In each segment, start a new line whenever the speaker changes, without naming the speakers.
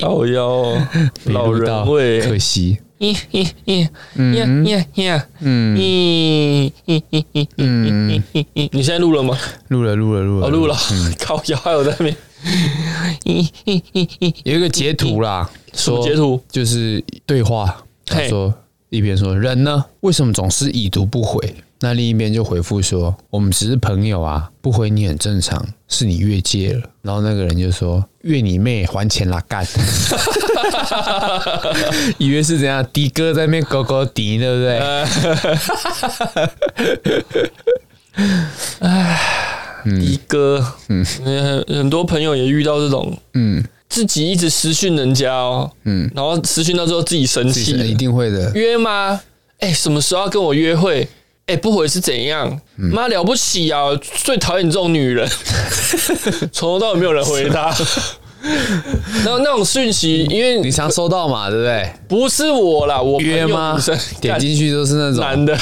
靠腰 哦，
没
老
录
人
到
味
可惜。
耶耶耶
嗯
耶耶
嗯
耶耶耶耶！
嗯，
你现在录了吗？
录了录了录
我
了，
哦录了。
嗯
靠腰还有在那边
有一个截图啦，
嗯什么
说
截图，
就是对话，他
嘿
说一边说人呢，为什么总是已读不回？那另一边就回复说，我们只是朋友啊，不回你很正常，是你越界了。然后那个人就说，越你妹，还钱 啦干！以为是怎样，迪哥在那边勾勾迪，对不对？
呃一哥，嗯，很多朋友也遇到这种，
嗯
自己一直私讯人家哦，
嗯，
然后私讯到之后自己生
自己
气
是，一定会的。
约吗？哎、什么时候要跟我约会？哎、不回是怎样？
嗯
妈、了不起啊！最讨厌你这种女 人，从头到尾没有人回答。然后那种讯息，因
你
为
常收到嘛，对不对？
不是我啦，我朋友
约吗
女生？
点进去都是那
干
种
男的，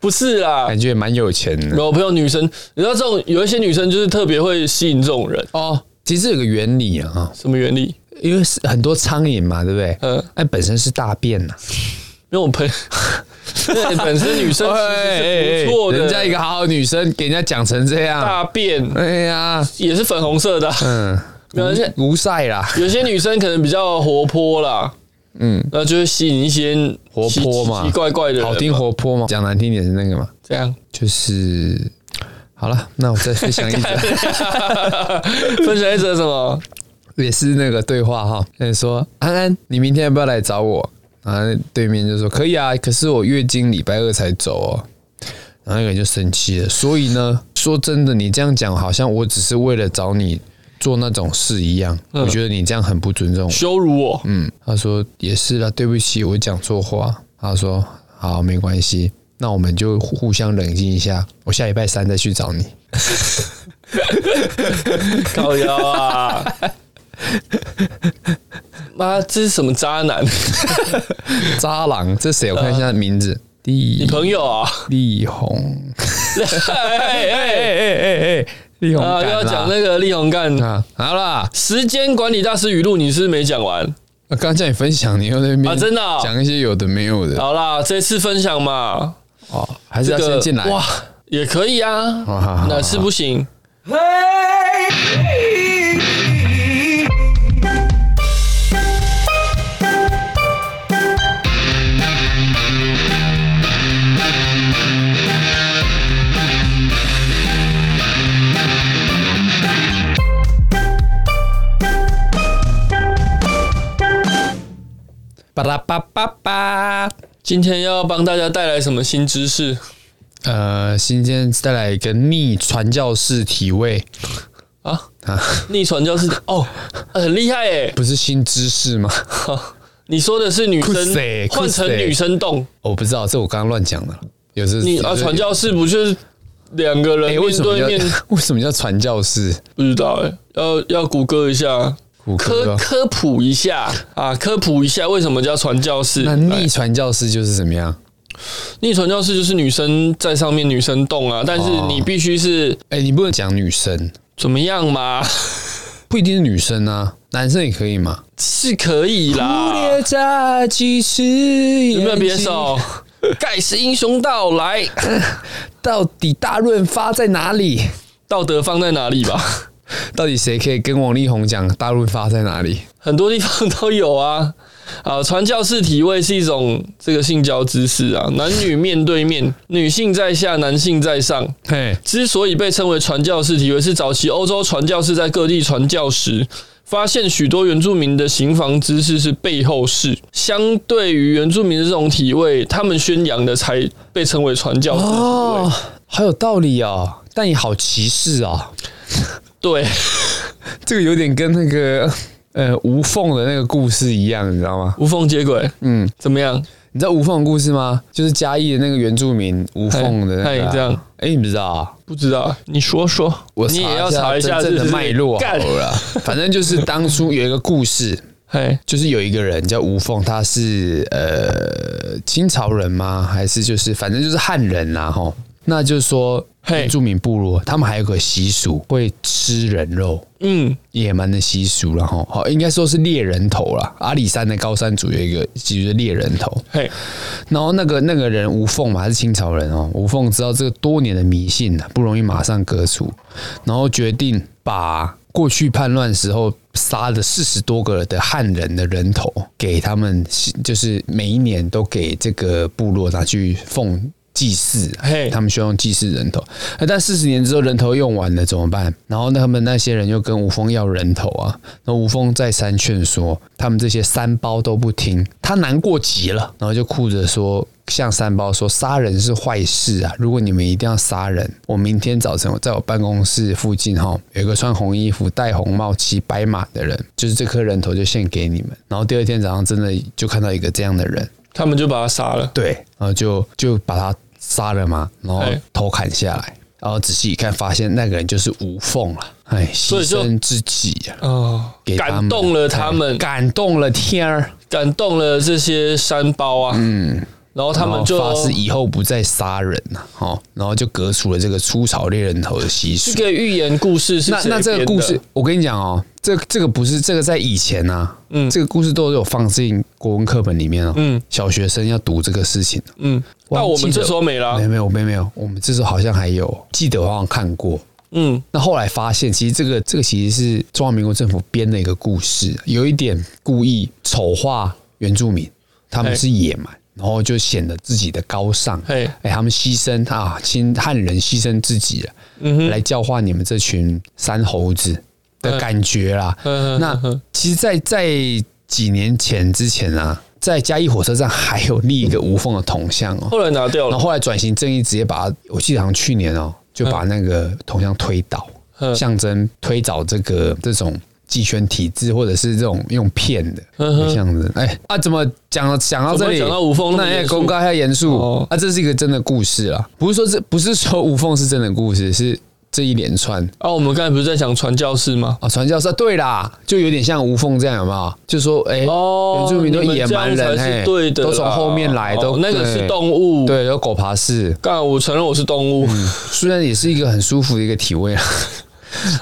不是啦。
感觉蛮有钱的
我朋友女生，你知道这种有一些女生就是特别会吸引这种人，
哦。其实有个原理啊，哦
什么原理？
因为是很多苍蝇嘛，对不对？
嗯
嗯，那本身是大便呐、
因为我朋友对本身女生其实是不错的，
哎人家一个好好女生给人家讲成这样，
大便
哎呀，
也是粉红色的啊、
嗯，
没有而且
无晒啦，
有些女生可能比较活泼啦，嗯，那就会吸引一些
活泼嘛
奇奇怪怪的人嘛，
好听活泼嘛，讲难听点是那个嘛，
这样。
就是好了，那我再分享一个，
分享一则什么？
也是那个对话哈，那你说安安，你明天要不要来找我？然后对面就说可以啊，可是我月经礼拜二才走哦。然后那个人就生气了，所以呢，说真的，你这样讲好像我只是为了找你做那种事一样，我觉得你这样很不尊重我。
羞辱我？
嗯，他说也是啦，对不起，我讲错话。他说好，没关系，那我们就互互相冷静一下，我下礼拜三再去找你。
靠腰 啊！妈，这是什么渣男？
渣郎，这谁？我看一下名字，李
你朋友 啊？
丽红，
哎哎哎！
哎哎哎，丽红
啊，又要讲那个力宏干
啊，好啦，
时间管理大师语录，你是不是没讲完？
我刚叫你分享，你又在那边
啊真的哦
讲一些有的没有的
好啦，这次分享嘛，
哦，还是
这
要
个
先进来
哇，也可以啊
好好好，
哪次不行？
巴拉巴巴巴。
今天要帮大家带来什么新知识
呃，今天再来一个逆传教士体位，
啊？逆传教士哦，很厉害 哎！
不是新知识吗？
你说的是女
酷死欸
生换成
酷死欸
女生动，
我不知道，这我刚刚乱讲的。有时
你啊传，教士不就是两个人
哎、为
面
什么
对
叫
面？
为什么叫传教士？
不知道哎，要要谷歌一下，
骨
科
科
科普一下啊，科普一下为什么叫传教士？来
那逆传教士就是怎么样？
逆传教士就是女生在上面女生动啊，但是你必须是
哎、你不能讲女生，
怎么样嘛？
不一定是女生啊，男生也可以嘛。
是可以啦。
蝴蝶眨几次眼
有没有别
睛
手？盖世英雄到来，
到底大润发在哪里？
道德放在哪里吧？
到底谁可以跟王力宏讲大润发在哪里？
很多地方都有啊。啊，传教士体位是一种这个性交姿势啊，男女面对面，女性在下，男性在上。
嘿，
之所以被称为传教士体位，是早期欧洲传教士在各地传教时，发现许多原住民的行房姿势是背后式。相对于原住民的这种体位，他们宣扬的才被称为传教士体位。
哦，好有道理哦，但也好歧视哦。
对，
这个有点跟那个呃无缝的那个故事一样，你知道吗？
无缝接轨，
嗯，
怎么样？
你知道无缝的故事吗？就是嘉义的那个原住民无缝的那
嘿嘿
个、啊。
这样，
哎、你不知道啊？
不知道，你说说，
我
你也要查一下
真正
是
的
不是
脉络好
干
了啦。反正就是当初有一个故事，
嘿，
就是有一个人叫吴凤，他是呃清朝人吗？还是就是反正就是汉人啦、啊、吼。那就是说
嘿
原住民部落他们还有个习俗会吃人肉。
嗯，
野蛮的习俗啦，然后好，哦应该说是猎人头啦。阿里山的高山族有一个习俗是猎人头，
嘿，
然后那个那个人吴凤嘛，他是清朝人哦。吴凤知道这个多年的迷信啊，不容易马上革除，然后决定把过去叛乱时候杀的四十多个的汉人的人头给他们，就是每一年都给这个部落拿去奉祭祀啊、
嘿
他们需要用祭祀人头。呃但四十年之后人头用完了怎么办？然后他们那些人又跟吴峰要人头啊，那吴峰再三劝说，他们这些三包都不听，他难过极了，然后就哭着说。向三包说：“杀人是坏事啊！如果你们一定要杀人，我明天早晨我在我办公室附近哈、有一个穿红衣服、戴红帽、骑白马的人，就是这颗人头就献给你们。然后第二天早上真的就看到一个这样的人，
他们就把他杀了。
对，然后就就把他杀了嘛，然后
哎
头砍下来，然后仔细一看，发现那个人就是吴凤了，哎，牺
以就
牲自己啊，
哦，
给他
感
们
动了他
哎
们，
感动了天儿，
感动了这些山包啊。嗯，然后他
然
们
后
就
发誓以后不再杀人了，哦，然后就革除了这个出草猎人头的习俗
这。个寓言故事是
那
谁
那这个
编
故
的
事，我跟你讲哦，这这个不是这个在以前啊，
嗯
这个故事都有放进国文课本里面哦，
嗯
小学生要读这个事情，哦
嗯，
我还
那我们
记得
这时候没啦
没。有没有没有没有，我们这时候好像还有记得我好像看过，
嗯，
那后来发现，其实这个这个其实是中华民国政府编的一个故事，有一点故意丑化原住民，他们
嘿
是野蛮，然后就显得自己的高尚。
嘿，
哎，他们牺牲啊，亲汉人牺牲自己了，
嗯
来教化你们这群山猴子的感觉啦。
嗯
那其实在，在几年前之前啊，在嘉义火车站还有立一个无缝的铜像哦，
后来拿掉
然
了。
后后来转型正义直接把它，我记得好像去年哦，就把那个铜像推倒，
嗯
象征推倒这个这种集权体制，或者是这种用骗的
嗯哼
这样子。哎啊，怎么讲到讲到这
怎么
里？
会讲到无缝那么
那
严
要
肃
公告一下严肃
哦
啊，这是一个真的故事啦，不是说这不是说无缝是真的故事，是这一连串。
啊，我们刚才不是在讲传教士吗？
啊，传教士啊对啦，就有点像无缝这样，有没有？就说，哎、
哦，
原住民都
你们
野蛮
这样
人，
才
嘿
是对的啦，
都从后面来，
哦
都
那个是
对
动物。，
对，嗯有狗爬式，
干，我承认我是动物。
虽然也是一个很舒服的一个体位啊，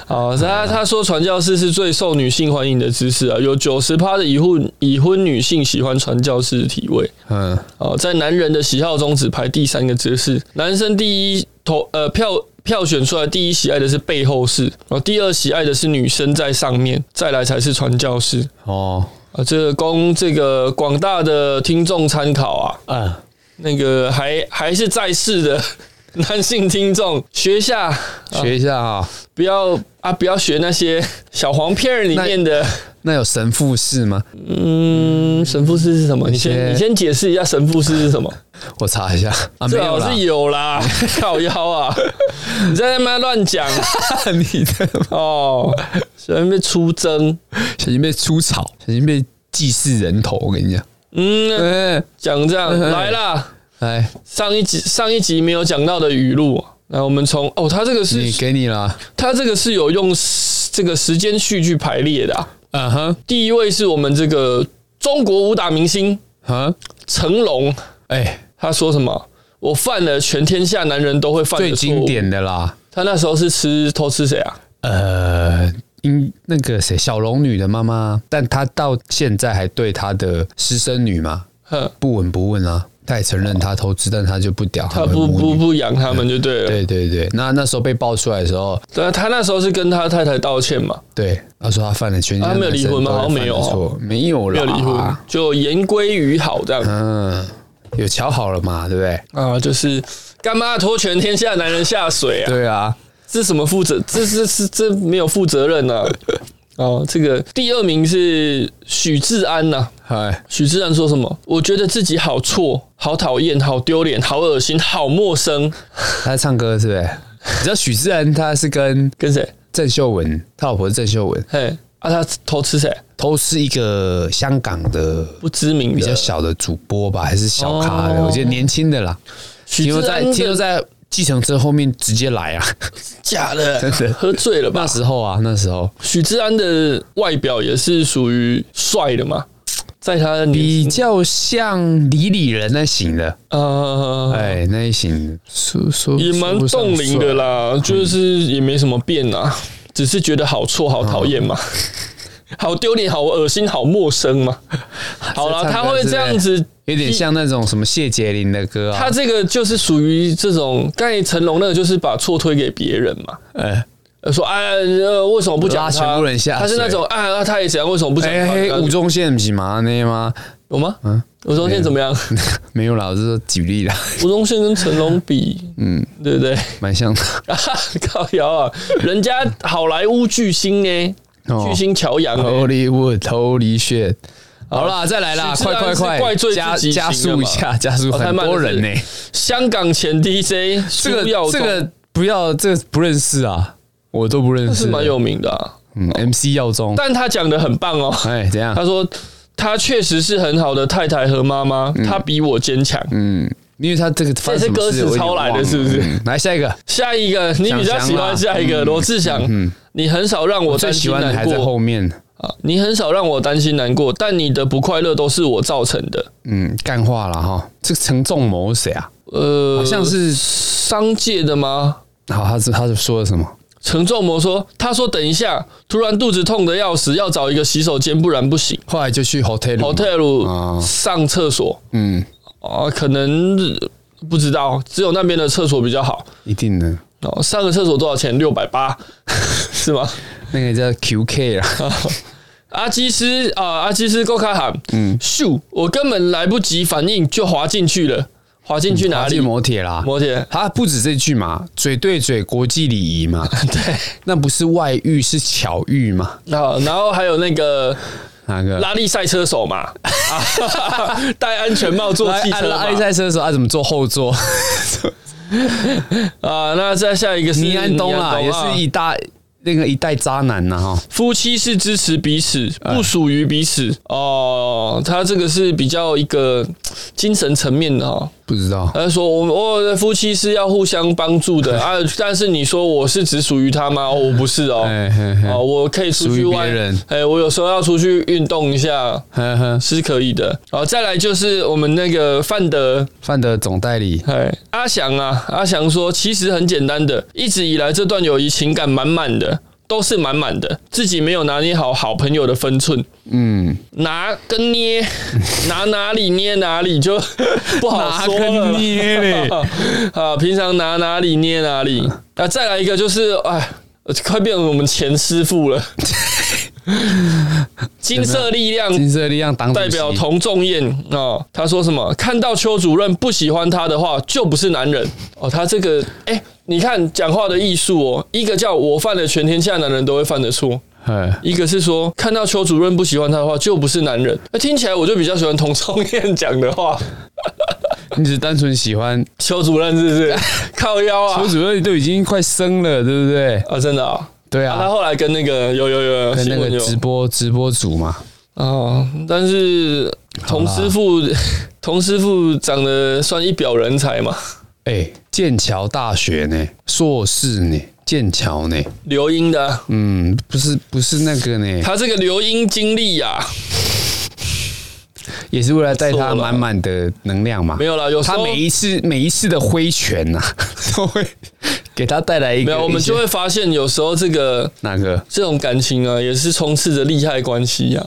哦，他他说传教士是最受女性欢迎的姿势啊，有九十趴的已婚已婚女性喜欢传教士的体位。
嗯，
哦，在男人的喜好中只排第三个姿势，男生第一投呃票票选出来第一喜爱的是背后式，然后第二喜爱的是女生在上面，再来才是传教士。
哦，
啊，这个供这个广大的听众参考啊，
嗯，
那个还还是在世的 男性听众学一下，
学一下啊，
不要啊，不要学那些小黄片儿里面的。
那有神父式吗？
嗯，神父式是什么？你
一些
先你先解释一下神父式是什么？
我查一下啊，没
最
有
好
啦
是，有啦，靠腰啊！ 你在那边乱讲
你的
哦，在那边出征，
小心被出草，小心被祭祀人头，我跟 你讲，
嗯，
嗯，
讲这样来啦。
哎，
上一集上一集没有讲到的语录，那我们从哦，他这个是
你给你了，
他这个是有用时这个时间序去排列的、啊。
嗯哼，
第一位是我们这个中国武打明星
啊，
成龙，
哎，
他说什么？我犯了全天下男人都会犯的
最
啊错
经
误。
典的啦，
他那时候是吃偷吃谁啊？
呃。因那个谁，小龙女的妈妈，但她到现在还对她的私生女嘛
哼，
不闻不问啊，她也承认她偷吃，但她就不屌
他
们
不
母女
不不养他们就对了。
对对对，那那时候被爆出来的时候，
对，他那时候是跟他太太道歉嘛，
对，他说他犯了全家
啊他没有离婚吗
男生都会
好像没有哦
犯的错，没有
没
啦，
有离婚，就言归于好这样
嗯，有瞧好了嘛，对不对？
啊，就是干嘛拖全天下男人下水啊？
对啊，
这什么负责？这这是这没有负责任 啊！哦，这个第二名是许志安呐、
嗨，
许志安说什么？我觉得自己好错，好讨厌，好丢脸，好恶心，好陌生。
他在唱歌是不是？你知道许志安他是跟
跟谁？
郑秀文，他老婆是郑秀文，
嘿，啊，他偷吃谁？
偷吃一个香港的
不知名的。
比较小的主播吧，还是小咖的，
哦
我觉得年轻的啦，
许
听说
志
在
安
听说
的
在计程车后面直接来啊，
假的，
真的
喝醉了吧
那？时候啊，那时候
许志安的外表也是属于帅的嘛，在他的
比
年
较像李李人那型的，
呃，
哎，那一型说说
也蛮冻龄的
了。
啦，就是也没什么变啊，只是觉得好臭、好讨厌嘛，
嗯
好丢脸、好恶心、好陌生 嘛。好啦，
这
他
唱歌
会
是啊
这样子，
有点像那种什么谢杰林的歌啊
他，这个就是属于这种，刚才成龙那个就是把错推给别人嘛。
哎
呃说哎，呃为什么不讲
拉
他？
全部人下
他是那
水
种啊，那他也怎样？为什么不讲他？
哎，嗯
那
吴宗宪不是嘛那吗？
有吗？吴宗宪怎么样？
没有啦，我是说举例啦，
吴宗宪跟成龙比，嗯，对不对？
蛮像的。
啊，靠腰啊，人家好莱坞巨星呢，
哦
巨星乔洋呢，
Hollywood, Holy shit！好
哦
啦，再来啦，
是
快
是
快
是
快，
怪罪自
加
己
加
型的
速一
嘛
下，加速
哦太
很
慢
多
了
人
是
呢。
香港前 DJ
这
苏耀
个
宗
这个不要，这个不认识啊，我都不认识。
是蛮有名的啊，
嗯，MC 耀宗，
但他讲的很棒哦，
哎，怎样
他？说他确实是很好的太太和妈妈，他比我坚强。
嗯，因为他这个发生
这
什
是
么
歌
事
词
我有点
抄来的
忘了
是不是
嗯来下一个，
下一个你比较喜欢下一
啊
个罗志祥，你很少让我
嗯最
担
喜
心
欢的
难
还在
过
后面。
啊，你很少让我担心难过，但你的不快乐都是我造成的。
嗯，干话了哈。这个陈仲谋是谁啊？
呃，
好像是，
商界的吗？
好，他是他是说了什么？
陈仲谋说：“他说等一下，突然肚子痛的要死，要找一个洗手间，不然不行。
后来就去 hotel 嘛
hotel
啊
上厕所
嗯，
啊，可能呃不知道，只有那边的厕所比较好。
一定的，
哦，上个厕所多少钱？六百八， 是吗？
那个叫 QK 啦。
阿基斯啊，阿基斯够卡喊，嗯，咻！我根本来不及反应就滑进去了，滑进去哪
嗯滑
里？
进摩铁啦，
摩羯
他不止这句嘛，嘴对嘴国际礼仪 嘛，
对，
那不是外遇是巧遇嘛？
好，然后还有那个
哪个？
拉力赛车手嘛，啊 戴安全帽坐汽车嘛
爱赛车手啊，怎么坐后座？
啊，那再下一个是
倪安东啊，也
啊
是一大那个一代渣男呐哈。
夫妻是支持彼此，
哎
不属于彼此哦。他这个是比较一个精神层面的哦。
不知道，
他就说我们我的夫妻是要互相帮助 的啊，但是你说我是只属于他吗？哦，我不是哦。
哎嘿嘿
哦，我可以出
属于
去
别
外
人，
哎，我有时候要出去运动一下
呵呵，
是可以的。然后再来就是我们那个范德
范德总代理，
哎，阿翔啊，阿翔说，其实很简单的，一直以来这段友谊情感满满的，都是满满的，自己没有拿捏好好朋友的分寸，
嗯，
拿跟捏，拿哪里捏哪里就 不好说了啦。
捏嘞
啊，平常拿哪里捏哪里。啊，再来一个就是，哎，快变成我们前师傅了。金色力量
金色力量党主席
代表童仲彦哦，他说什么？看到邱主任不喜欢他的话，就不是男人哦。他这个，哎、你看讲话的艺术哦，一个叫我犯了全天下男人都会犯的错，
哎
一个是说看到邱主任不喜欢他的话，就不是男人。那听起来我就比较喜欢童仲彦讲的话，
你只单纯喜欢哦
邱主任是不 是靠腰啊
邱？主任都已经快生了，对不对？
啊，真的啊。
对
啊，他
啊，
后来跟那个有有有有
跟那
新闻
个
有
直播直播组嘛，
哦，但是童师傅， 童师傅长得算一表人才嘛，
哎、剑桥大学呢，硕士呢，剑桥呢，
留英的啊、
嗯，不是不是那个呢，
他这个留英经历呀、
也是为了带他满满的能量嘛
没。有啦，有时
他
候
每一次每一次的挥拳呐、 都会给他带来一个
没有，我们就
一些
会发现，有时候这个
那个
这种感情啊，也是充斥着利害关系呀、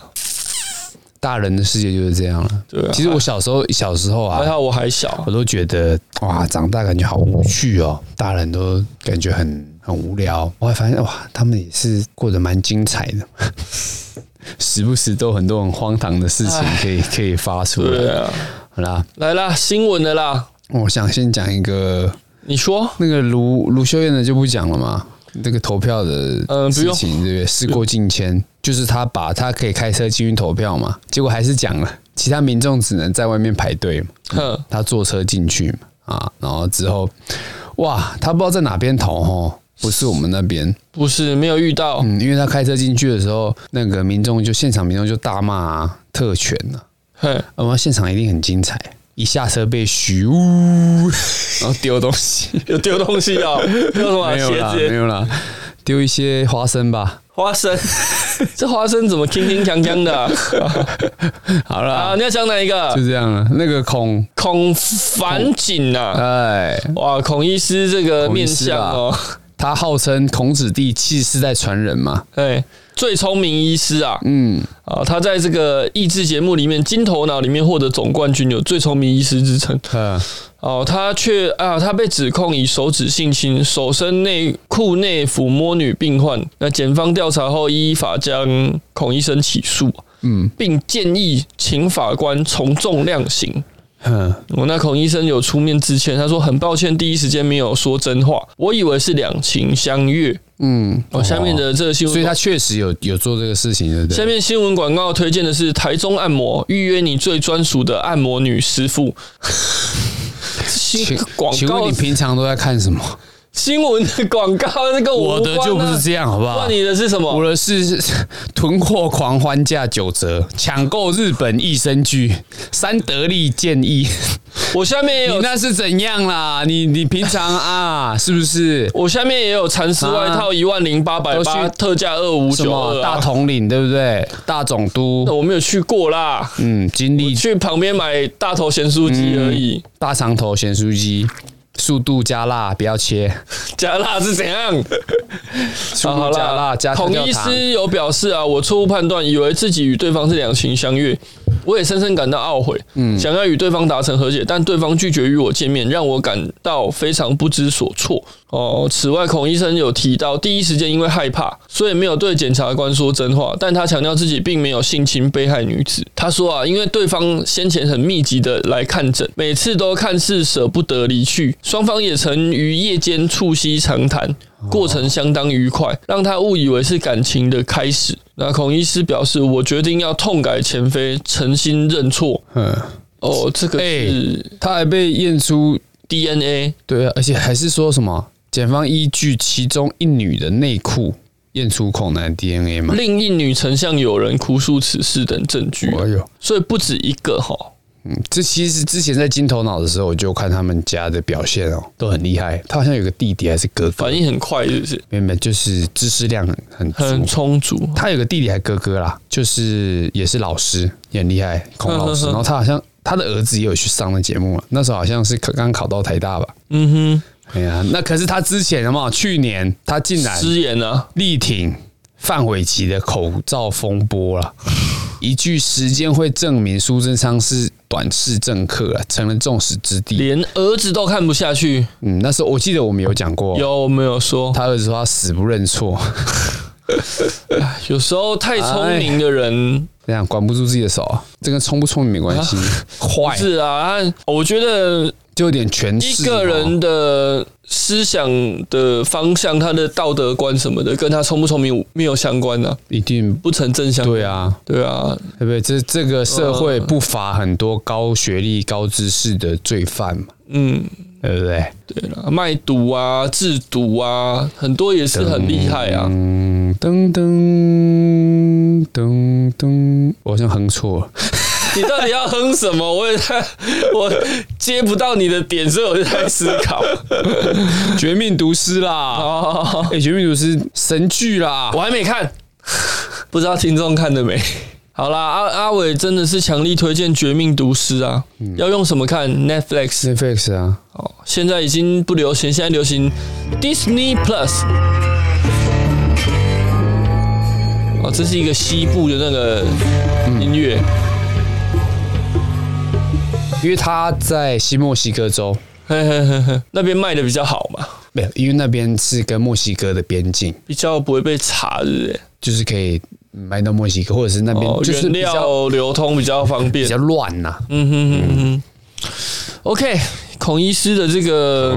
大人的世界就是这样了。
对啊哎
其实我小时候小时候
还
啊，
好我还小
我，都觉得哇，长大感觉好无趣哦，大人都感觉很很无聊。我还发现哇，他们也是过得蛮精彩的， 时不时都很多很荒唐的事情可以可以发出
对
来。
啊，
好啦，
来啦，新闻的啦，
我想先讲一个
你说
那个卢卢修燕的就不讲了嘛，那个投票的
嗯不
事
用
情，对不对？事过境迁，就是他把他可以开车进去投票嘛，结果还是讲了，其他民众只能在外面排队嘛。
哼，
他坐车进去嘛，啊，然后之后，哇，他不知道在哪边投哦，不是我们那边，
不是没有遇到，
嗯，因为他开车进去的时候，那个民众就现场民众就大骂、啊、特权呐、
哼，
啊，我们现场一定很精彩。一下车被嘘，呜 然后丢东 西，
有丢东西啊，丢什么
没有
鞋
啦，没
子、
有啦，丢一些花生吧，
花生， 这花生怎么铿铿锵锵 的啊？
好了，
啊你要想哪一个
就？这样了。那个孔，
孔繁景啊！
哎，
哇，孔医师这个面
啊
相哦，
他号称孔子第七世代传人嘛，
哎，最聪明医师啊！
嗯，
啊，他在这个益智节目里面，金头脑里面获得总冠军，有最聪明医师之称。
呃，
哦，他却啊，他被指控以手指性侵、手伸内裤内抚摸女病患。那检方调查后，依法将孔医生起诉，
嗯，
并建议请法官从重量刑。
哼，
我那孔医生有出面致歉，他说很抱歉，第一时间没有说真话，我以为是两情相悦。
嗯，
哦，下面的这个新闻，
所以他确实有有做这个事情，对不
下
对？
面新闻广告推荐的是台中按摩，预约你最专属的按摩女师傅。新
请
广
请
告
问你平常都在看什么？
新闻的广告那个
我的就不是这样，好不
样，
好
那？你的是什么？
我的是 囤货狂欢价九折，抢购日本益生菌，三得利建议。
我下面也
你
有，
那是怎样啦？你你平常啊，是不是？
我下面也有蚕丝外套一万零八百
啊都去
八，特价二五
什
九
么
二啊
大统领对不对？大总
那
督，
我没有去过啦，
嗯，经历
去旁边买大头咸酥鸡
嗯
而已，
大长头咸酥鸡，速度加辣，不要切，
加辣是怎样？
速度加辣加调
孔
料
医
糖。
师有表示啊，我错误判断，以为自己与对方是两情相悦，我也深深感到懊悔。嗯，想要与对方达成和解，但对方拒绝与我见面，让我感到非常不知所措。哦，此外，孔医生有提到，第一时间因为害怕，所以没有对检察官说真话，但他强调自己并没有性侵被害女子。他说啊，因为对方先前很密集的来看诊，每次都看似舍不得离去，双方也曾于夜间促膝长谈，过程相当愉快，让他误以为是感情的开始。那孔医师表示，我决定要痛改前非，诚心认错。
嗯，
哦，这个是
他还被验出
DNA，
对啊，而且还是说什么？检方依据其中一女的内裤验出孔男 DNA 嘛？
另一女曾向友人哭诉此事等证据，
哎呦，
所以不止一个哈。
嗯这其实之前在金头脑的时候，我就看他们家的表现哦，都很厉害。他好像有个弟弟还是哥哥，
反应很快，是不是？
原本就是知识量很很足。
很充足。
他有个弟弟还哥哥啦，就是也是老师，也很厉害，孔老师。
呵呵呵
然后他好像他的儿子也有去上那节目了，那时候好像是考刚考到台大吧。
嗯
哎呀，那可是他之前有没有？去年他竟
哼，
然
失言啊，
力挺范玮琪的口罩风波了。 一句时间会证明苏贞昌是短视政客啊，成了众矢之的。
连儿子都看不下去。
嗯，那时候我记得我们有讲过，
有没有说？
他儿子说他死不认错，
有时候太
哎
聪明的人
这样管不住自己的手啊，这跟聪不聪明 没关系，
不
坏
是啊。他我觉得
就有点权势
一
嘛。
个人的思想的方向，他的道德观什么的，跟他聪不聪明没有相关啊，
一定
不成正相。
对啊，
对啊，
对不对？这这个社
呃
会不乏很多高学历、高知识的罪犯嘛，
嗯，
对不对？
对啦，卖毒啊、制毒啊，很多也是很厉害啊。
嗯，噔噔噔噔，我好像哼错了。
你到底要哼什么？我也在，我接不到你的点，所以我就在思考。
绝命毒师啦！
哦，
哎、绝命毒师神剧啦
我！还没看，不知道听众看了没。好啦，阿阿伟真的是强力推荐《绝命毒师》啊！要用什么看？Netflix
Netflix 啊，
哦，现在已经不流行，现在流行 Disney Plus。哦，这是一个西部的那个音乐，
因为他在西墨西哥州，
嘿嘿嘿嘿，嗯 那边卖的比较好嘛，
没有，因为那边是跟墨西哥的边境，
比较不会被查，对不对？
就是可以买到墨西哥，或者是那边、
哦，
嗯就是
原
比较
料流通比较方
比
便
较。乱呐、
嗯哼哼哼哼。OK，孔医师的这个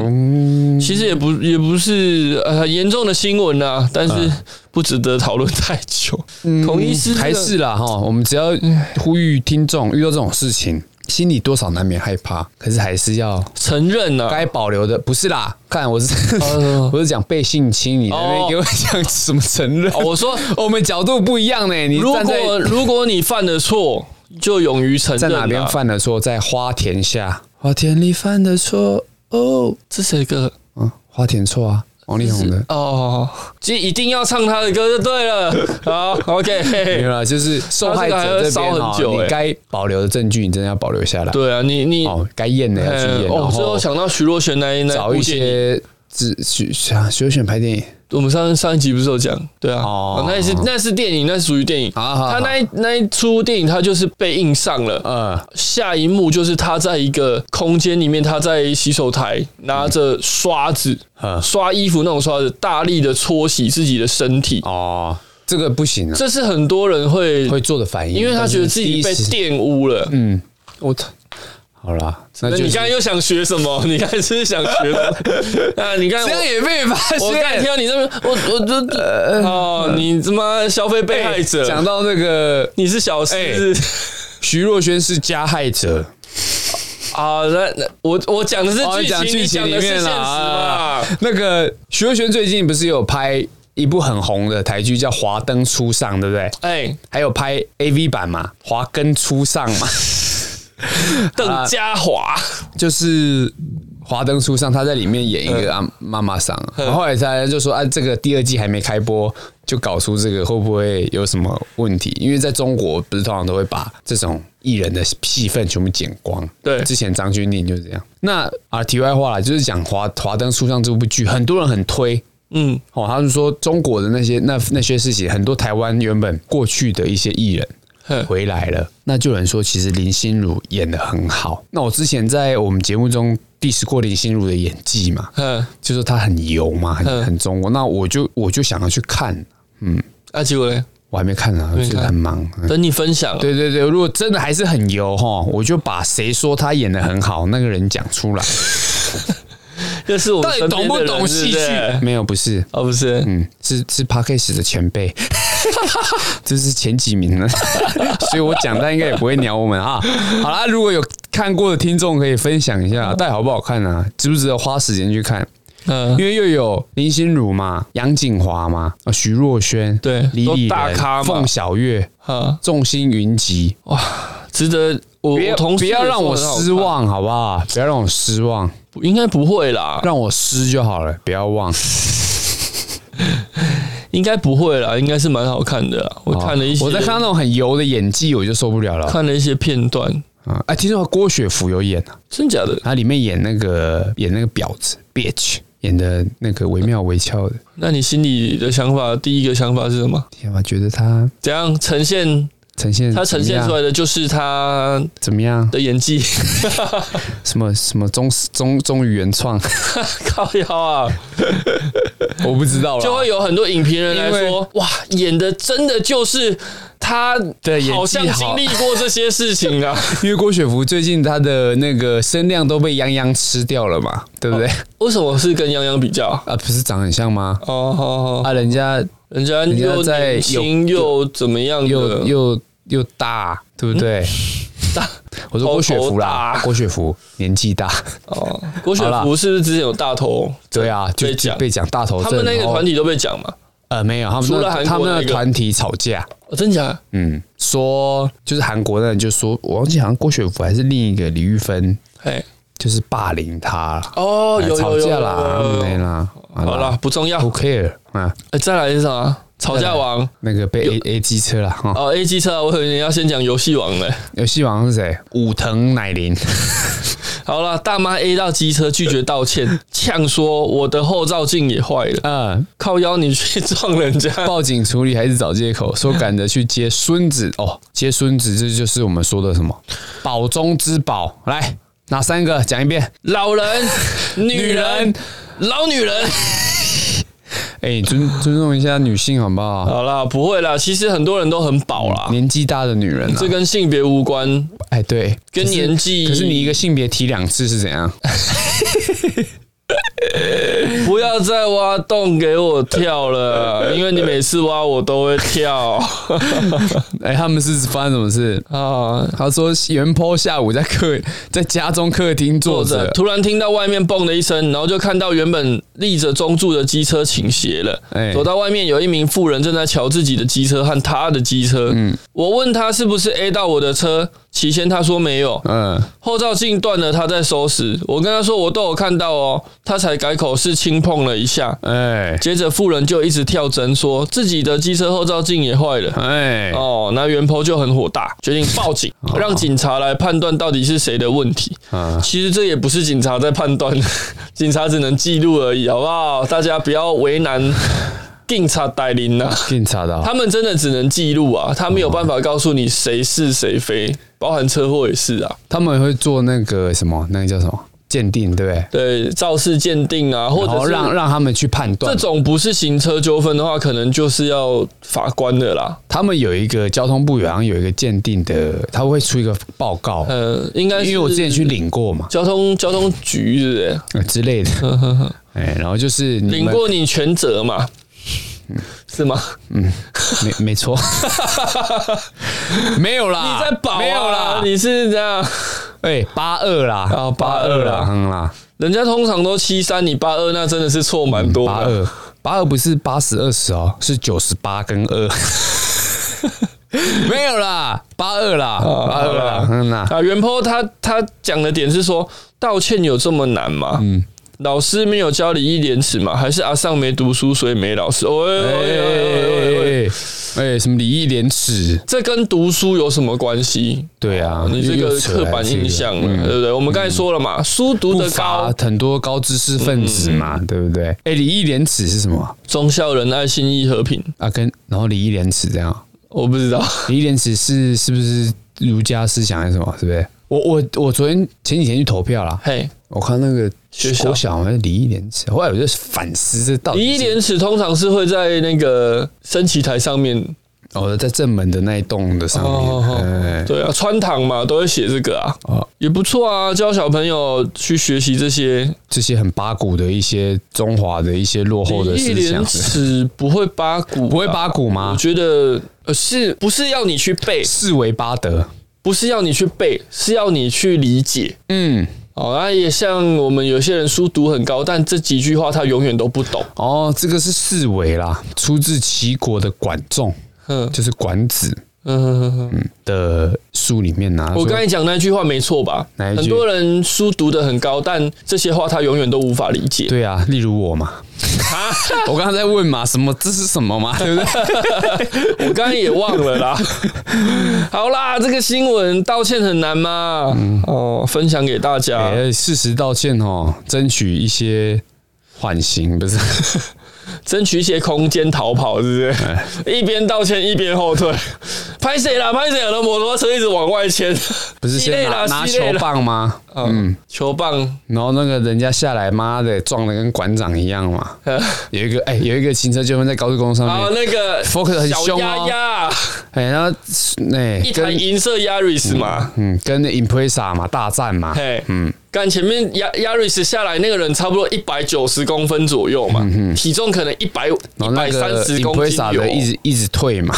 其实也不也不是呃很严重的新闻啊，但是不值得讨论太久。孔医师这个
嗯还是啦哈，我们只要呼吁听众遇到这种事情，心里多少难免害怕，可是还是要
承认啊，
该保留的，不是啦。看我是、
哦
我是讲被性侵，你在那
哦
边给我讲什么承认？
哦我说
我们角度不一样呢、你
如
站在
果啊如果你犯了错，就勇于承
在
认、啊。
哪边？犯的错？在花田下，花田里犯的错哦，
这是一个
嗯，花田错啊，王力宏的。
哦，其实一定要唱他的歌就对 了。好，OK，嘿
没
嘿
有啦，就是受害者这
哎他
边
这个还要烧
哈
很，久欸
你该保留的证据，你真的要保留下来。
对啊，你你
哦，该验的要去
哎
验，
哦
然，
最后
后
想到徐若瑄那一那
找
部
一
电影
些自去想休闲拍电影。
我们上上一集不是有讲，对啊，
哦
哦，那是那是电影，那是属于电影。
好好好
他那一那一出电影，他就是被印上了。
呃，
下一幕就是他在一个空间里面，他在洗手台拿着刷子
嗯
刷衣服那种刷子，大力的搓洗自己的身体。
哦，这个不行啊，
这是很多人会，
会做的反应，
因为他觉得自己被
但是第一时。
玷污了。
嗯，我操，好啦，那
那
就
你
是
刚才又想学什么？ 你刚才是不是想学 什么？啊，你刚才
这
我
样也呃被发
我刚才听
现。
到你这边，我我就哦，你他妈消费被害者，
哎讲到那个
你是小
哎
狮子、
徐若瑄是加害者，
啊？那那我我讲的是
哦
剧情，
讲剧
你
情
讲
里
的是现
面
实
啦
嘛？
啊那个徐若瑄最近不是有拍一部很红的台剧叫《华灯初上》，对不对？
哎，
还有拍 AV 版嘛，《华根初上》嘛，啊
邓家华，
就是《华灯初上》，他在里面演一个阿妈妈桑，然后后来他就说啊，这个第二季还没开播，就搞出这个会不会有什么问题？因为在中国不是通常都会把这种艺人的戏份全部剪光，
对
之前张钧甯就是这样。那啊，题外话啦，就是讲《华华灯初上》这部剧，很多人很推，
嗯，
哦，他们说中国的那些那那些事情，很多台湾原本过去的一些艺人
哼
回来了，那就有人说其实林心如演的很好。那我之前在我们节目中 diss 过林心如的演技嘛，
嗯，
就说她很油嘛，很
嗯
很中国。那我就我就想要去看，
啊，结果嘞，
我还没看呢、啊，
没
就是
看
很忙。嗯
等你分享，
对对对，如果真的还是很油哈，我就把谁说她演的很好那个人讲出来。
这是我们身边的人是不是
没有，不是，
哦，不是，
嗯，是是 Parkes 的前辈， 这是前几名了， 所以我讲他应该也不会鸟我们啊。好啦，如果有看过的听众可以分享一下，到底好不好看啊？值不值得花时间去看？
嗯
因，为又有林心如嘛、杨锦华嘛、啊徐若瑄、
对
李李
都大咖嘛
仁、凤小岳、
好，
众星云集，
值得我
不要
我同
不
事
要
也
让
说
我
很好
失
看，
望，好不好？不要让我失望，
应该不会啦，
让我失就好了，不要忘。
应该不会啦，应该是蛮好看的啦。我看了一些，
我在看到那种很油的演技，我就受不了了。
看了一些片段，
啊，哎，听说郭雪芙有演啊，
真假的？
她里面演那个演那个婊子 bitch，演的那个惟妙惟肖的，
那你心里的想法，第一个想法是什么？
天啊，觉得她
怎样呈现？
呈现
他呈现出来的就是他
怎么样？
的演技，
什么什么忠忠忠于 原创，
靠腰啊，
我不知道啦
就会有很多影评人来
因为
说，哇，演的真的就是他
对演技
好像
好
经历过这些事情 啊。
因为郭雪芙最近她的那个声量都被泱泱吃掉了嘛，对不对？
为什么是跟杨洋比较？
啊，不是长很像吗？
哦，好好，
啊，人家
人家
人家
又
在
年轻又怎么样
又
的？
又又大，对不对？
嗯大
我说郭雪芙
头
啦，
大
郭雪芙年纪大，
哦，郭雪
好啦
芙是不是之前有大头？
对啊，就
被
就
讲
被讲大头
他
症，
们那个
然后
团体都被讲嘛？
呃，没有，他们
除了
那
韩国
他们那
那
个
个
团体吵架，
哦，真假？
嗯，说就是韩国那人就说，我忘记好像郭雪芙还是另一个李玉芬，
哎，
就是霸凌他了，
哦，
哎
有
吵
有有
架
有
啦，
有有有
没啦，
好啦，不重要。
，Who care 啊？
哎再来是啥？吵架王
那个被 A A 机车了哈，
哦，A 机车啊，我可能要先讲游戏王嘞。
游戏王是谁？武藤 乃麟，
好了，大妈 A 到机车拒绝道歉，呛说我的后照镜也坏了，
嗯，
靠腰你去撞人家。
报警处理还是找借口，说赶着去接孙子哦，接孙子这就是我们说的什么宝中之宝，来哪三个讲一遍？
老人、女人、老女人。
哎，尊尊重一下女性好不好？
好啦，不会啦，其实很多人都很饱啦，
年纪大的女人啊，
这跟性别无关，
哎，对，
跟
可是
年纪
可是你一个性别提两次是 怎样？
不要再挖洞给我跳了，因为你每次挖我都会跳
哎，他们是发生什么事？
啊。
哦他说袁坡下午在客在家中客厅坐
坐着，
着，
突然听到外面“嘣”的一声，然后就看到原本立着中柱的机车倾斜了。
哎
走到外面，有一名妇人正在瞧自己的机车和他的机车。
嗯
我问他是不是 A 到我的车，起先他说没有，
嗯，
后照镜断了，他在收拾。我跟他说我都有看到哦，他才改口是轻碰了一下。
哎
接着妇人就一直跳针，说自己的机车后照镜也坏了。
哎，
哦，那袁婆就很火大，决定报警，让警察来判断到底是谁的问题。
哦啊，
其实这也不是警察在判断， 警察只能记录而已，好不好？大家不要为 难警察带领呐、
警察的哦，
他们真的只能记录啊，他没有办法告诉你谁是谁非，包含车祸也是啊。
他们会做那个什么，那个叫什么鉴定，对不对？
对，肇事鉴定啊，或
然后
者
让
是
让他们去判断
这。种不是行车纠纷的话，可能就是要法官的啦。
他们有一个交通部，好像有一个鉴定的，他会出一个报告，
呃，应该是
因为我之前去领 过嘛
交通交通局是不是？
呃之类的。哎，然后就是你
领
们
过你全责嘛？是吗？
没没错，没有啦，
你在保、啊、
没有啦，
你是这样。
哎，八二啦，
啊82啦
嗯啦，
人家通常都七三，你八二，那真的是错蛮多啊
八
的。
二八二不是八十二十哦，是九十八跟二， 没有啦，八二啦，
哦
八二啦，嗯啦，
啊，袁坡他他讲的点是说，道歉有这么难吗？嗯，老师没有教礼义廉耻嘛，还是阿尚没读书所以没老师？哦、哎
哎
哎哎哎哎
哎哎，什么礼义廉耻，
这跟读书有什么关系？
对啊，
哦你这
又
个
又扯
刻
来
板
这个
印象了，对不对？我们刚才说了嘛，书读
不
得
乏
高，嗯
很多高知识分子嘛，对不对？哎，礼义廉耻是什么
忠孝仁爱信义和平，
啊？跟然后礼义廉耻这样，
我不知道。
礼义廉耻是是不是儒家思想还是什么？是不是？我我我昨天前几天去投票啦，
嘿，
我看那个
学校
国小好像礼义廉耻，后来我就反思这到底
礼
是
义廉耻通常是会在那个升旗台上面
哦，在正门的那一栋的上
哦哦哦
面，哎
对啊，穿堂嘛，都会写这个啊，
哦
也不错啊，教小朋友去学习这些
这些很八股的一些中华的一些落后的
礼义
思
廉
想，
耻不会八股、啊
不会八股啊
我
吗？
觉得呃，是不是要你去背？
四维八德，
不是要你去背，是要你去理解。
嗯，
哦，那也像我们有些人书读很高，但这几句话他永远都不懂。
哦，这个是四维啦，出自齐国的管仲，
嗯
就是管子
嗯哼哼哼，
的书里面啊拿。
我刚
说
才讲那句话没错吧？
哪一句
很多人书读得很高，但这些话他永远都无法理解。
对啊，例如我嘛， 我刚刚在问嘛，什么这是什么嘛，对不对？
我刚刚也忘了啦。好啦，这个新闻道歉很难吗？哦，分享给大家。
嗯哎适时道歉哦，争取一些缓刑，不是？
争取一些空间逃跑，是不
哎
是？一边道歉一边后退，拍谁啦？拍谁？我的摩托车一直往外牵，
不是
系
先
列
拿
啦
拿
系列
球
啦
棒吗？
嗯，球棒，
然后那个人家下来，妈的撞的跟馆长一 样嘛。
呃
有一个哎、有一个行车纠纷在高速公路上
然后
面，
那个
Focus 很
小
凶
鸭
哦
鸭，
哎、然后哎、
一台
跟
银色 Yaris 嘛，
嗯跟 Impresa 嘛大战嘛，
嘿，嗯，干前面 Ya Yaris 下来那个人差不多一百九十公分左右嘛，体重可能一百
嗯然
一
后那
百三
个
十公斤
Impresa
有
的，一直一直 退嘛，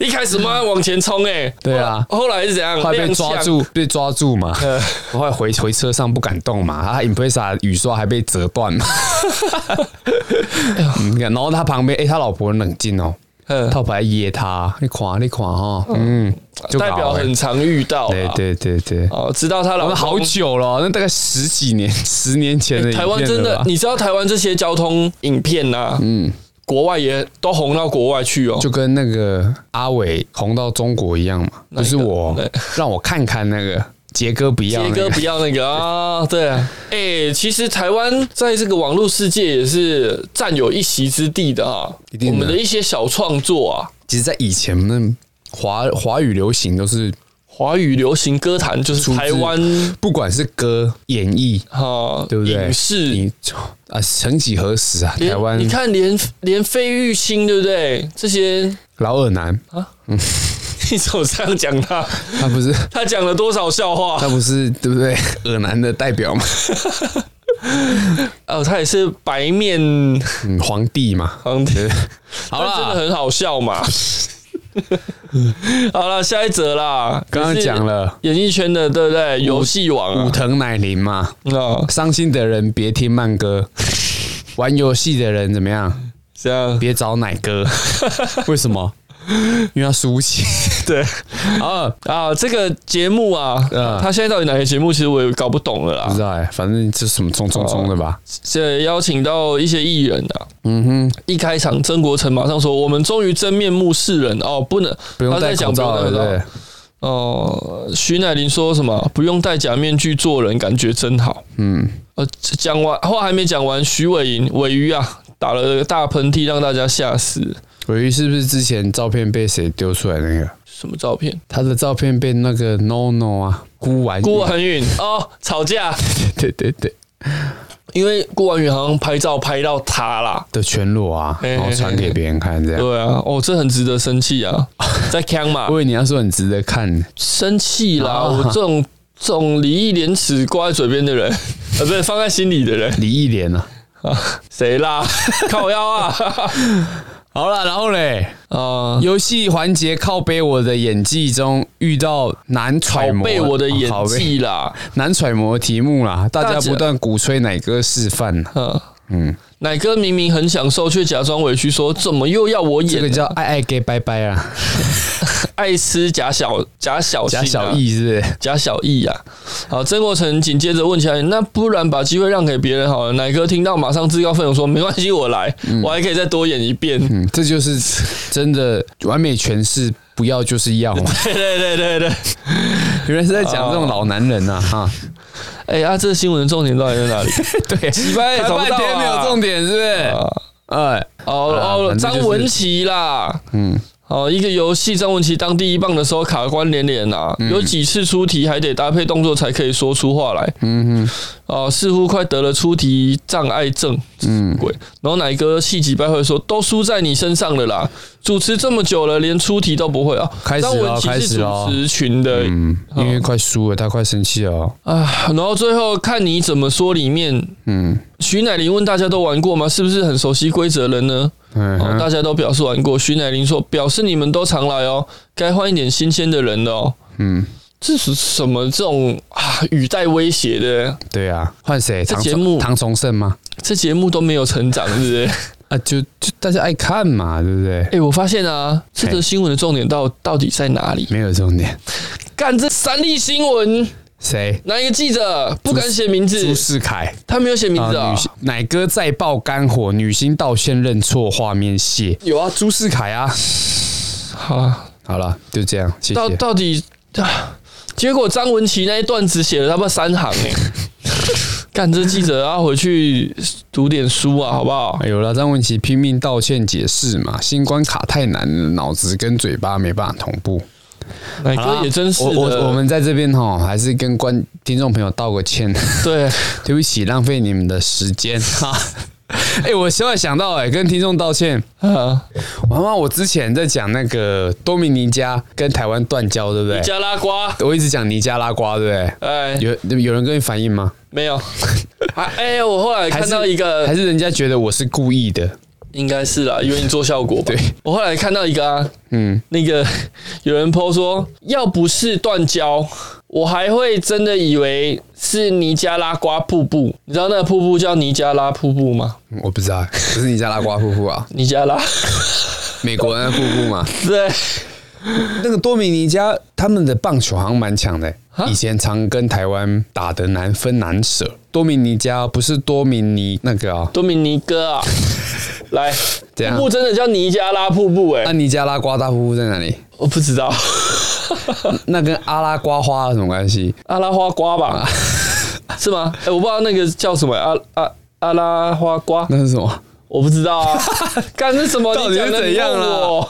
一开始 嘛往前冲，哎，
对啊，
后来是怎 样？
后来被
踉跄
抓，住被抓 住嘛，后来回回车上不敢动嘛，他 Impresa 雨刷还被折断 嘛，嗯然后他旁边哎、他老婆很冷静哦，
嗯
他老婆还噎他，你看你看哈、哦，嗯，就
代
搞
表
了
很常遇到
对
啦，
对对对，
哦，知道她老公
我们好久了哦，那大概十几年、十年前的
欸
影
哎台湾
片
真
了
的
吧，
你知道台湾这些交通影片呐、嗯，国外也都红到国外去哦。
就跟那个阿伟红到中国一样嘛，不是我
对
让我看看那个杰哥不要
杰
那
哥
个
不要那个 啊，对啊，哎、其实台湾在这个网络世界也是占有一席之地的啊。
一定
我
的
们的一些小创作啊，
其实，在以前那华华语流行都是
华语流行歌坛就是
出自
台湾
不管是歌演绎，
啊，
对不对？
影视。
你啊，曾几何时啊，
连
台湾
你看连连费玉清对不对？这些
老二男，
你怎么这样讲他？
他不是
他讲了多少笑话？
他不是对不对？二男的代表嘛，
哦，他也是白面
嗯，皇帝嘛，
皇帝。
好
但真的
啦，
很好笑嘛。 好了，下一则啦，
刚刚
也是
讲了
演艺圈的，对不对？游戏王
武
啊，
藤乃麟嘛，
啊，
伤心的人别听慢歌，玩游戏的人怎么样？
这样
别找奶 哥，为什么？因为他输不起。
对
啊，
啊，这个节目啊，
嗯
他现在到底哪个节目，其实我也搞不懂了
不
啦
知。道哎、反正就是什么冲冲冲的
啊
吧。
这邀请到一些艺人啊，
嗯哼，
一开场曾国成马上说：“我们终于真面目示人哦，不能
不用
他
戴
在讲
口罩
不
了，
用戴口罩
对。
哦。”徐乃麟说什么？不用戴假面具做人，感觉真好。
嗯，
呃，讲完话还没讲完，徐伟莹尾鱼啊打了个大喷嚏，让大家吓死。
尾鱼是不是之前照片被谁丢出来那个？
什么照片？
他的照片被那个 No No 啊，孤丸
顾婉允哦，吵架，
对对对
因为顾婉允好像拍照拍到他啦。
的全裸啊，
嘿嘿嘿
然后传给别人看这样。
对啊，哦，这很值得生气啊，在呛嘛
我，以为你要说很值得看，
生气啦！
啊
我这种这种礼义廉耻挂在嘴边的人， 呃，不是放在心里的人，
李忆莲啊。
谁啦？ 靠腰啊！
好了，然后嘞，
啊、
游戏环节靠背我的演技中遇到难
拷
揣摩
贝我的演
拷贝
技啦，
难揣摩的题目啦，大
大
家
家
不断鼓吹奶哥示范啊，
嗯
嗯
嗯，奶哥明明很享受，却假装委屈说怎么又要我
这
演？
个叫爱爱 gay 拜拜 啊，
爱吃假小假小心啊
假小艺是不是？
假小易啊。好，曾国成紧接着问起来，那不然把机会让给别人好了。奶哥听到马上自告奋勇说，没关系，我来，我还可以再多演一遍。
嗯，这就是真的完美诠释，不要就是要嘛。
对对对对对。
原来是在讲这种老男人呐、啊，哈，
哎、呀、啊，这个新闻的重点到底在哪里？
对，
几班也
他
找不
哎半
到、啊、啊
天没有重点，是不是？哎，
哦哦
啊，反正
张
就是
文琪啦，
嗯，
哦，一个游戏张文琪当第一棒的时候卡关连连啊，
嗯
有几次出题还得搭配动作才可以说出话来，
嗯
哦，似乎快得了出题障碍症，嗯，鬼。然后奶哥气急败坏说：“都输在你身上了啦，主持这么久了，连出题都不会啊。”
开始
张
了
文琪
开始
是
了
主持群的
嗯，因为快输了，他快生气了哦。
啊，然后最后看你怎么说里面。
嗯
徐乃麟问大家都玩过吗？是不是很熟悉规则了呢？
嗯
哦，
哼
大家都表示玩过。徐乃麟说：“表示你们都常来哦，该换一点新鲜的人了哦。
嗯，”
这是什么这种啊语带威胁的？
对啊，换谁？
这
唐
节目
崇唐崇盛吗？
这节目都没有成长，是不 是？
啊，就就大家爱看嘛，对不对
哎、？我发现啊，这则新闻的重点到到底在哪里？
没有重点，
干这三立新闻
谁？
哪一个记者不敢写名字
朱？世凯
他没有写名字
啊，
啊
女？星奶哥再爆肝火，女星道歉认错，画面谢。有啊，朱世凯啊。
好啊，
好了，就这样，谢
到
谢。
到底 啊？结果张文琪那一段只写了他妈三行 哎、干这记者要回去读点书啊，好不好？
哎有了，张文琪拼命道歉解释嘛，新关卡太难了，脑子跟嘴巴没办法同步。
奶哥也真是的，
啊我我我们在这边哈，还是跟观听众朋友道个歉，
对
对不起，浪费你们的时间 哈。哎、我现在想到哎、跟听众道歉。
啊，
妈妈，我之前在讲那个多米尼加跟台湾断交，对不对？
加拉瓜，
我一直讲尼加拉瓜，对不对？
哎，
有有人跟你反映吗？
没 有，还哎，我后来看到一
还
个，
是人家觉得我是故意的？
应该是啦，因为你做效果吧。
对，
我后来看到一个啊，
嗯，
那个有人 PO 说，要不是断交，我还会真的以为是尼加拉瓜瀑布。你知道那个瀑布叫尼加拉瀑布吗？
我不知道，不是尼加拉瓜瀑布啊，
尼加 拉，
美国那个瀑布嘛。
对，
那个多米尼加他们的棒球好像蛮强的、以前常跟台湾打的难分难舍。多米尼加不是多米尼那个啊、
多米尼哥啊，来，
怎样啊
瀑布真的叫尼加拉瀑布哎、
那尼加拉瓜大瀑布在哪 里？
我不知 道，
那跟阿拉瓜花有什么关系？
阿拉花瓜
啊
吧？是吗？哎、我不知道那个叫什么、阿阿阿拉花瓜，
那是什么？
我不知道 啊。干是什么？
到底
你讲的
是怎样啊啦
你问我？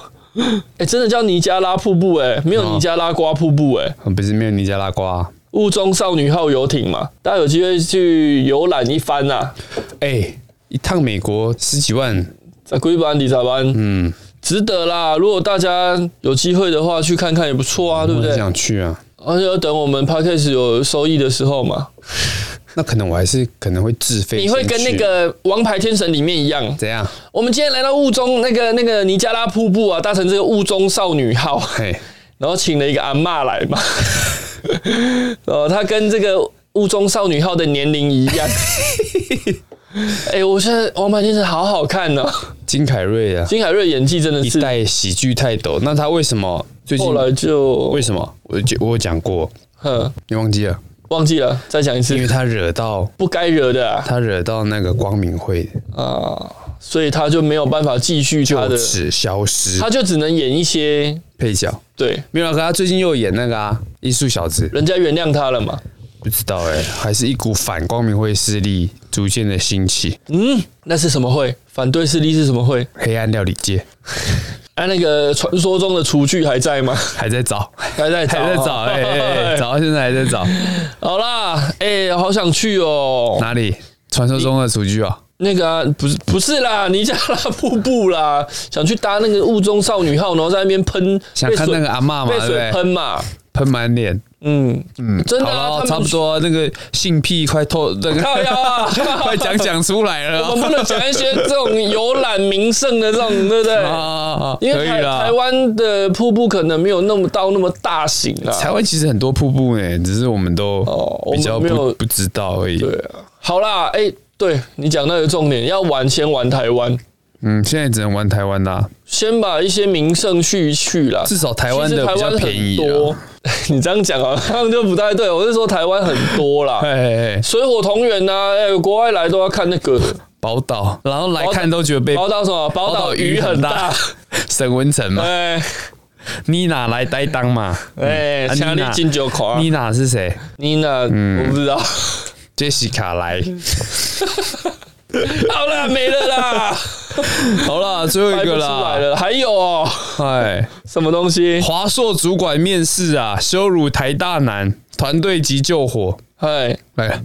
哎、真的叫尼加拉瀑布哎、没有尼加拉瓜瀑布哎、
哦不是没有尼加拉瓜、啊。
雾中少女号游艇嘛，大家有机会去游览一番呐、啊。
哎、一趟美国十几万，
在龟班、迪萨班，
嗯，
值得啦。如果大家有机会的话，去看看也
嗯
不错啊，对不
我很
对？
想去啊。
而且要等我们 podcast 有收益的时候嘛，
那可能我还是可能会自费先去。
你会跟那个《王牌天神》里面一样。
怎样？
我们今天来到雾中那个那个尼加拉瀑布啊，搭乘这个雾中少女号，
嘿，
然后请了一个阿嬷来嘛， 然后她跟这个雾中少女号的年龄一 样。哎、我现在《王牌天神》好好看呢、
金凯瑞啊，
金海瑞演技真的
一
是，
代喜剧泰斗。那他为什么最近
后来就
为什么？我就我有讲过，
哼
你忘记了？
忘记了，再讲一
因为
次，
他惹到
不该惹的啊
他惹到那个光明会，
啊，所以他就没有办法继续他
就
的，
此消失
他就只能演一些
配角。
对
没有啦，可他最近又演那个啊，艺术小子，
人家原谅他了嘛。
不知道哎、还是一股反光明会势力逐渐的兴起，
嗯，那是什么会？反对势力是什么会？
黑暗料理界
啊，那个传说中的厨具还在 吗？
还在找，
还在找，
还在找，哎哎 哎，找到现在还在找
好啦，哎、好想去哦。
哪里？传说中的厨具啊，
那个、啊、不是不是啦，尼加拉瀑布啦，想去搭那个雾中少女号，然后在那边喷，
想
被
看
水
那个阿嬷嘛，对
被
不
水
对？
喷嘛。
喷满脸，
嗯嗯，真的、啊，
好
他
了，
们
差不多那个性癖快透，那
靠
个
腰啊，
快讲讲出来了
我
哦
们不能讲一些这种游览名胜的这种，对不对？
啊，
因
可
为
以
台
啦
台。湾的瀑布可能没有那么到那么大型啦。
台湾其实很多瀑布呢，只是我们都
哦我们
比较
没有
不不知道而已。
对啊，好啦，哎、对你讲到一个重点，要玩先玩台湾，
嗯，现在只能玩台湾啦，
先把一些名胜去一去啦。
至少台湾
其实
的
台
比较
湾
便宜
很
啊
多。 你这样讲好像就不太对，我是说台湾很多啦
哎，哎，哎
水火同源呐、啊，哎、国外来都要看那 个
宝岛，然后来看都觉得被
宝岛什么，宝岛鱼很 大，，
沈文成嘛，
哎
妮娜来担当嘛，
哎，
啊
请你进酒款。
妮娜是谁？
妮娜，
嗯
我不知 道。
杰西 卡来，
好啦，没了啦，
好啦，最后
掰不
一个
出来
啦，
了。还有哦，
哎，
什么东西？
华硕主管面试啊，羞辱台大男，团队急救火。
哎，
哎，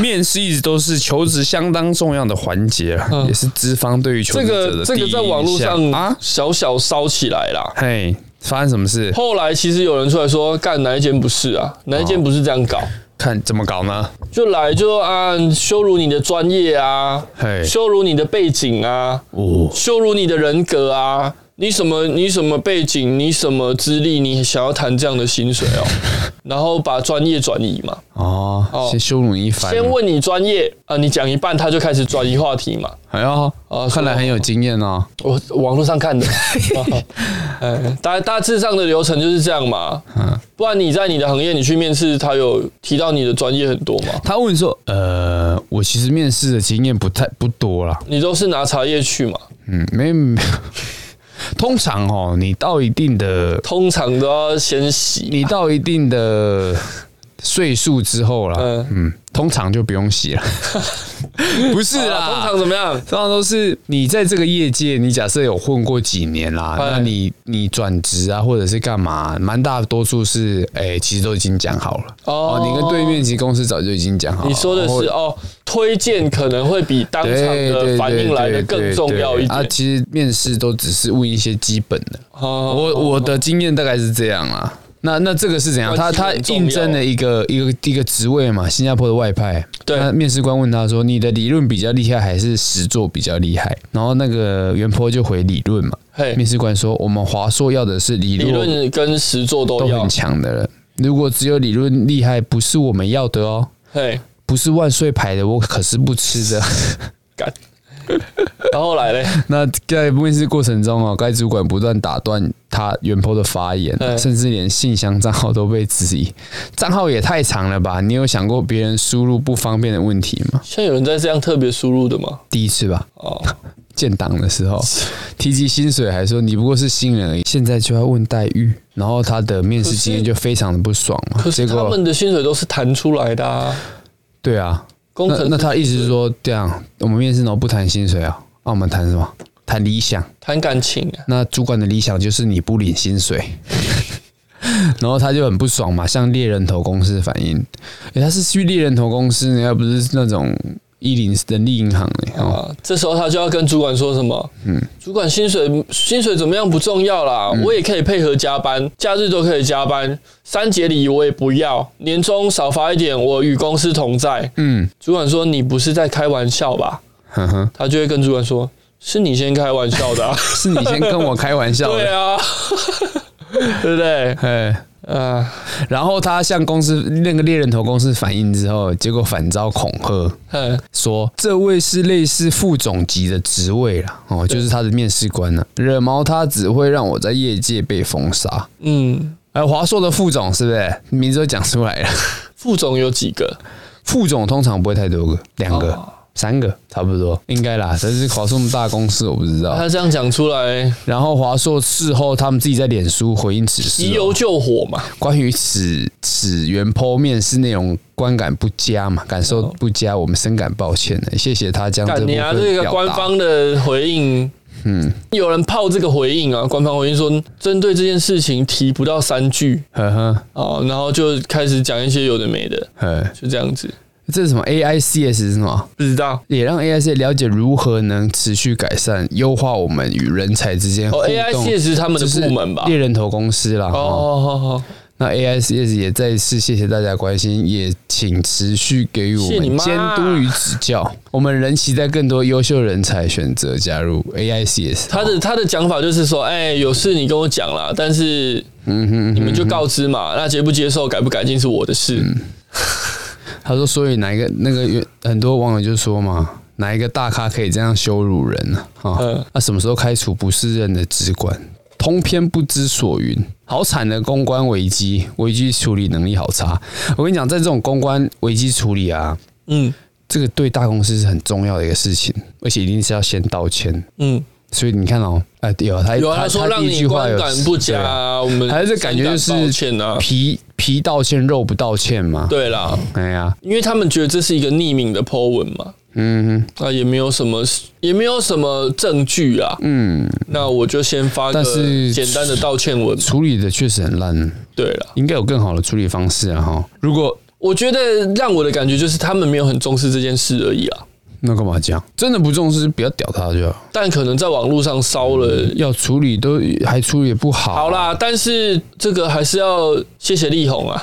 面试一直都是求职相当重要的环节啊，也是资方对于求
这
职者的
个这个
第一
在网络
印象
上
啊，
小小烧起来啦。
嘿，发生什么事？
后来其实有人出来说，干哪一间不是啊？哪一间不是这样搞？
看怎么搞呢？
就来就啊，羞辱你的专业啊，
嘿，
羞辱你的背景啊，
哦，
羞辱你的人格啊。你什么你什么背景，你什么资历，你想要谈这样的薪 水哦？然后把专业转移嘛，
哦，先羞辱你一番，
先问你专业啊、你讲一半他就开始转移话题嘛。
哎呦，
啊
看来很有经验哦。
我网络上 看的， 嗯，大大致上的流程就是这样嘛。
嗯
不然你在你的行业你去面试，他有提到你的专业很多嘛？
他问说：“呃，我其实面试的经验不太不多啦，
你都是拿茶叶去嘛？
嗯，没没。通常哦，你到一定的，
通常都要先洗。
你到一定的岁数之后啦，
嗯
嗯，通常就不用洗 了。不是
啊通
啦，
常怎么样？
通常都是你在这个业界，你假设有混过几年啦，
哎
那你你转职啊，或者是干嘛，蛮大多数是哎、其实都已经讲好了
哦
哦你跟对面其实公司早就已经讲好了。
你说的
或
是哦，推荐可能会比当场
对
的
对
反应来的更重要一
对对对对啊，
点。
其实面试都只是问一些基本的，
哦，
我我的经验大概是这样啦。那那这个是怎样？他
关系
他
很重要
应征了一个一个一个职位嘛，新加坡的外派。
对
那面试官问他说：“你的理论比较厉害还是实作比较厉害？”然后那个袁坡就回理论嘛。
嘿
面试官说：“我们华硕要的是理
理
论
论跟实作都
都
要
很。强的人，如果只有理论厉害，不是我们要的哦，
嘿，
不是万岁牌的，我可是不吃的。”
干。 然后来嘞，
那在面试过程中哦，该主管不断打断他原 po 的发言，
嗯
甚至连信箱账号都被质疑。账号也太长了吧？你有想过别人输入不方便的问题吗？
现在有人在这样特别输入的吗？
第一次吧，
哦，
建档的时候提及薪水，还说你不过是新人而已，现在就要问待遇，然后他的面试经验就非常的不爽嘛。
可
结
是他
果
们的薪水都是弹出来的啊。
对啊，
工
那
程
那他意思是说这样，我们面试然后不谈薪水啊，那、我们谈什么？谈理想。
谈感情啊，
那主管的理想就是你不领薪水， 然后他就很不爽嘛，向猎人头公司反映。诶他是去猎人头公司，人家不是那种一零人力银行嘞、哦，
啊，这时候他就要跟主管说什么？嗯，主管薪水薪水怎么样不重要啦，
嗯
我也可以配合加班，假日都可以加班，三节礼我也不要，年终少发一点，我与公司同在。
嗯，
主管说你不是在开玩笑吧？
呵呵，
他就会跟主管说，是你先开玩笑的、啊，
是你先跟我开玩 笑
对
的，
啊，对不对？
哎。
啊，
然后他向公司那个猎人头公司反映之后，结果反遭恐吓，
嗯，
说这位是类似副总级的职位啦，哦，就是他的面试官了、惹毛他只会让我在业界被封杀。
嗯，
哎，华硕的副总是不是名字都讲出来了？
副总有几个？
副总通常不会太多个，两个、
哦
三个差不多应该啦。但是华硕那么大公司，我不知道。
啊他这样讲出来，
然后华硕事后他们自己在脸书回应此事
急
哦、
油救火嘛，
关于此此原 PO 面试内容观感不佳嘛，感受不佳，我们深感抱歉呢。谢谢他将这
干
部
你
分
啊！这
表
个
达
官方的回应，嗯，有人泡这个回应啊，官方回应说针对这件事情提不到三句
呵呵
哦，然后就开始讲一些有的没的，
呵，
就这样子，
这是什么 AICS 是什么？
不知道
也让 AIC 了解如何能持续改善、优化我们与人才之间互
哦
动。
，AIC 是他们的
就是
部门吧？
猎人头公司啦。
哦，
哦，
好好，
那 AICS 也再次谢谢大家关心，也请持续给予我
谢你
们
妈
监督与指教。我们仍期待更多优秀人才选择加入 AICS。
他的他的讲法就是说，哎，有事你跟我讲啦，但是
嗯哼，
你们就告知嘛，那接不接受、改不改进是我的事。
他说，所以哪一个那个有很多网友就说嘛，哪一个大咖可以这样羞辱人呢、啊？哈、
嗯
那什么时候开除不是任的职管？通篇不知所云，好惨的公关危机，危机处理能力好差。我跟你讲，在这种公关危机处理啊，
嗯
这个对大公司是很重要的一个事情，而且一定是要先道歉。
嗯，
所以你看哦，哎、有他
有啊，他说
他
让
第一
你
句话
观
有
感不
对
佳
啊
啊，我们
还是感觉就是
深感抱歉啊。
皮皮道歉，肉不道歉嘛？，
对啦，
哎呀、
因为他们觉得这是一个匿名的 po 文嘛，
嗯哼
那也没有什么，也没有什么证据啊。
嗯，
那我就先发个
但是
简单的道歉文。
处理的确实很烂。
对了，
应该有更好的处理方式啊！哈，如果
我觉得让我的感觉就是他们没有很重视这件事而已啊，
那干嘛讲？真的不重视，不要屌他就好。
但可能在网络上烧了。
要处理都还处理得不好、
好，啦，但是这个还是要谢谢力宏啊，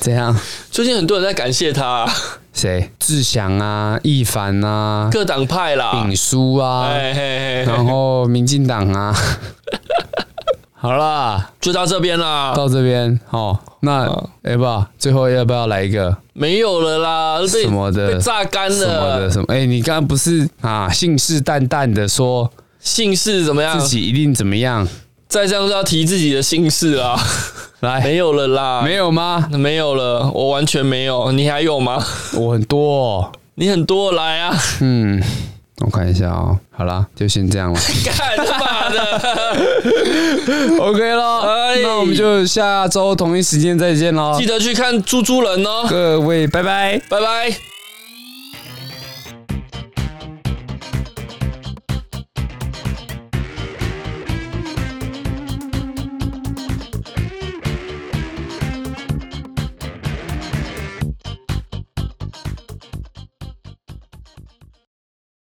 怎样？
最近很多人在感谢他啊、
谁？志祥啊，一凡啊，
各党派啦
丙，叔啊，
哎 嘿嘿
然
嘿，
后民进党啊。 好啦，
就到这边啦，
到这边哦。那哎吧，最后要不要来一个
没有了啦，被
什么的
被榨干
什么的
了，
什么？哎、你刚刚不是啊，信誓旦旦的说
姓氏怎么样
自？己一定怎么样？
再这样就要提自己的姓氏啦，
来，
没有了啦，
没有吗？
没有了，我完全没有。你还有吗？
我很多、哦。
你很多来啊！
嗯，我看一下哦。好啦，就先这样 了。
干嘛的？
OK 咯，
哎
那我们就下周同一时间再见喽
记，得去看猪猪人哦，
各位，拜拜。
拜拜。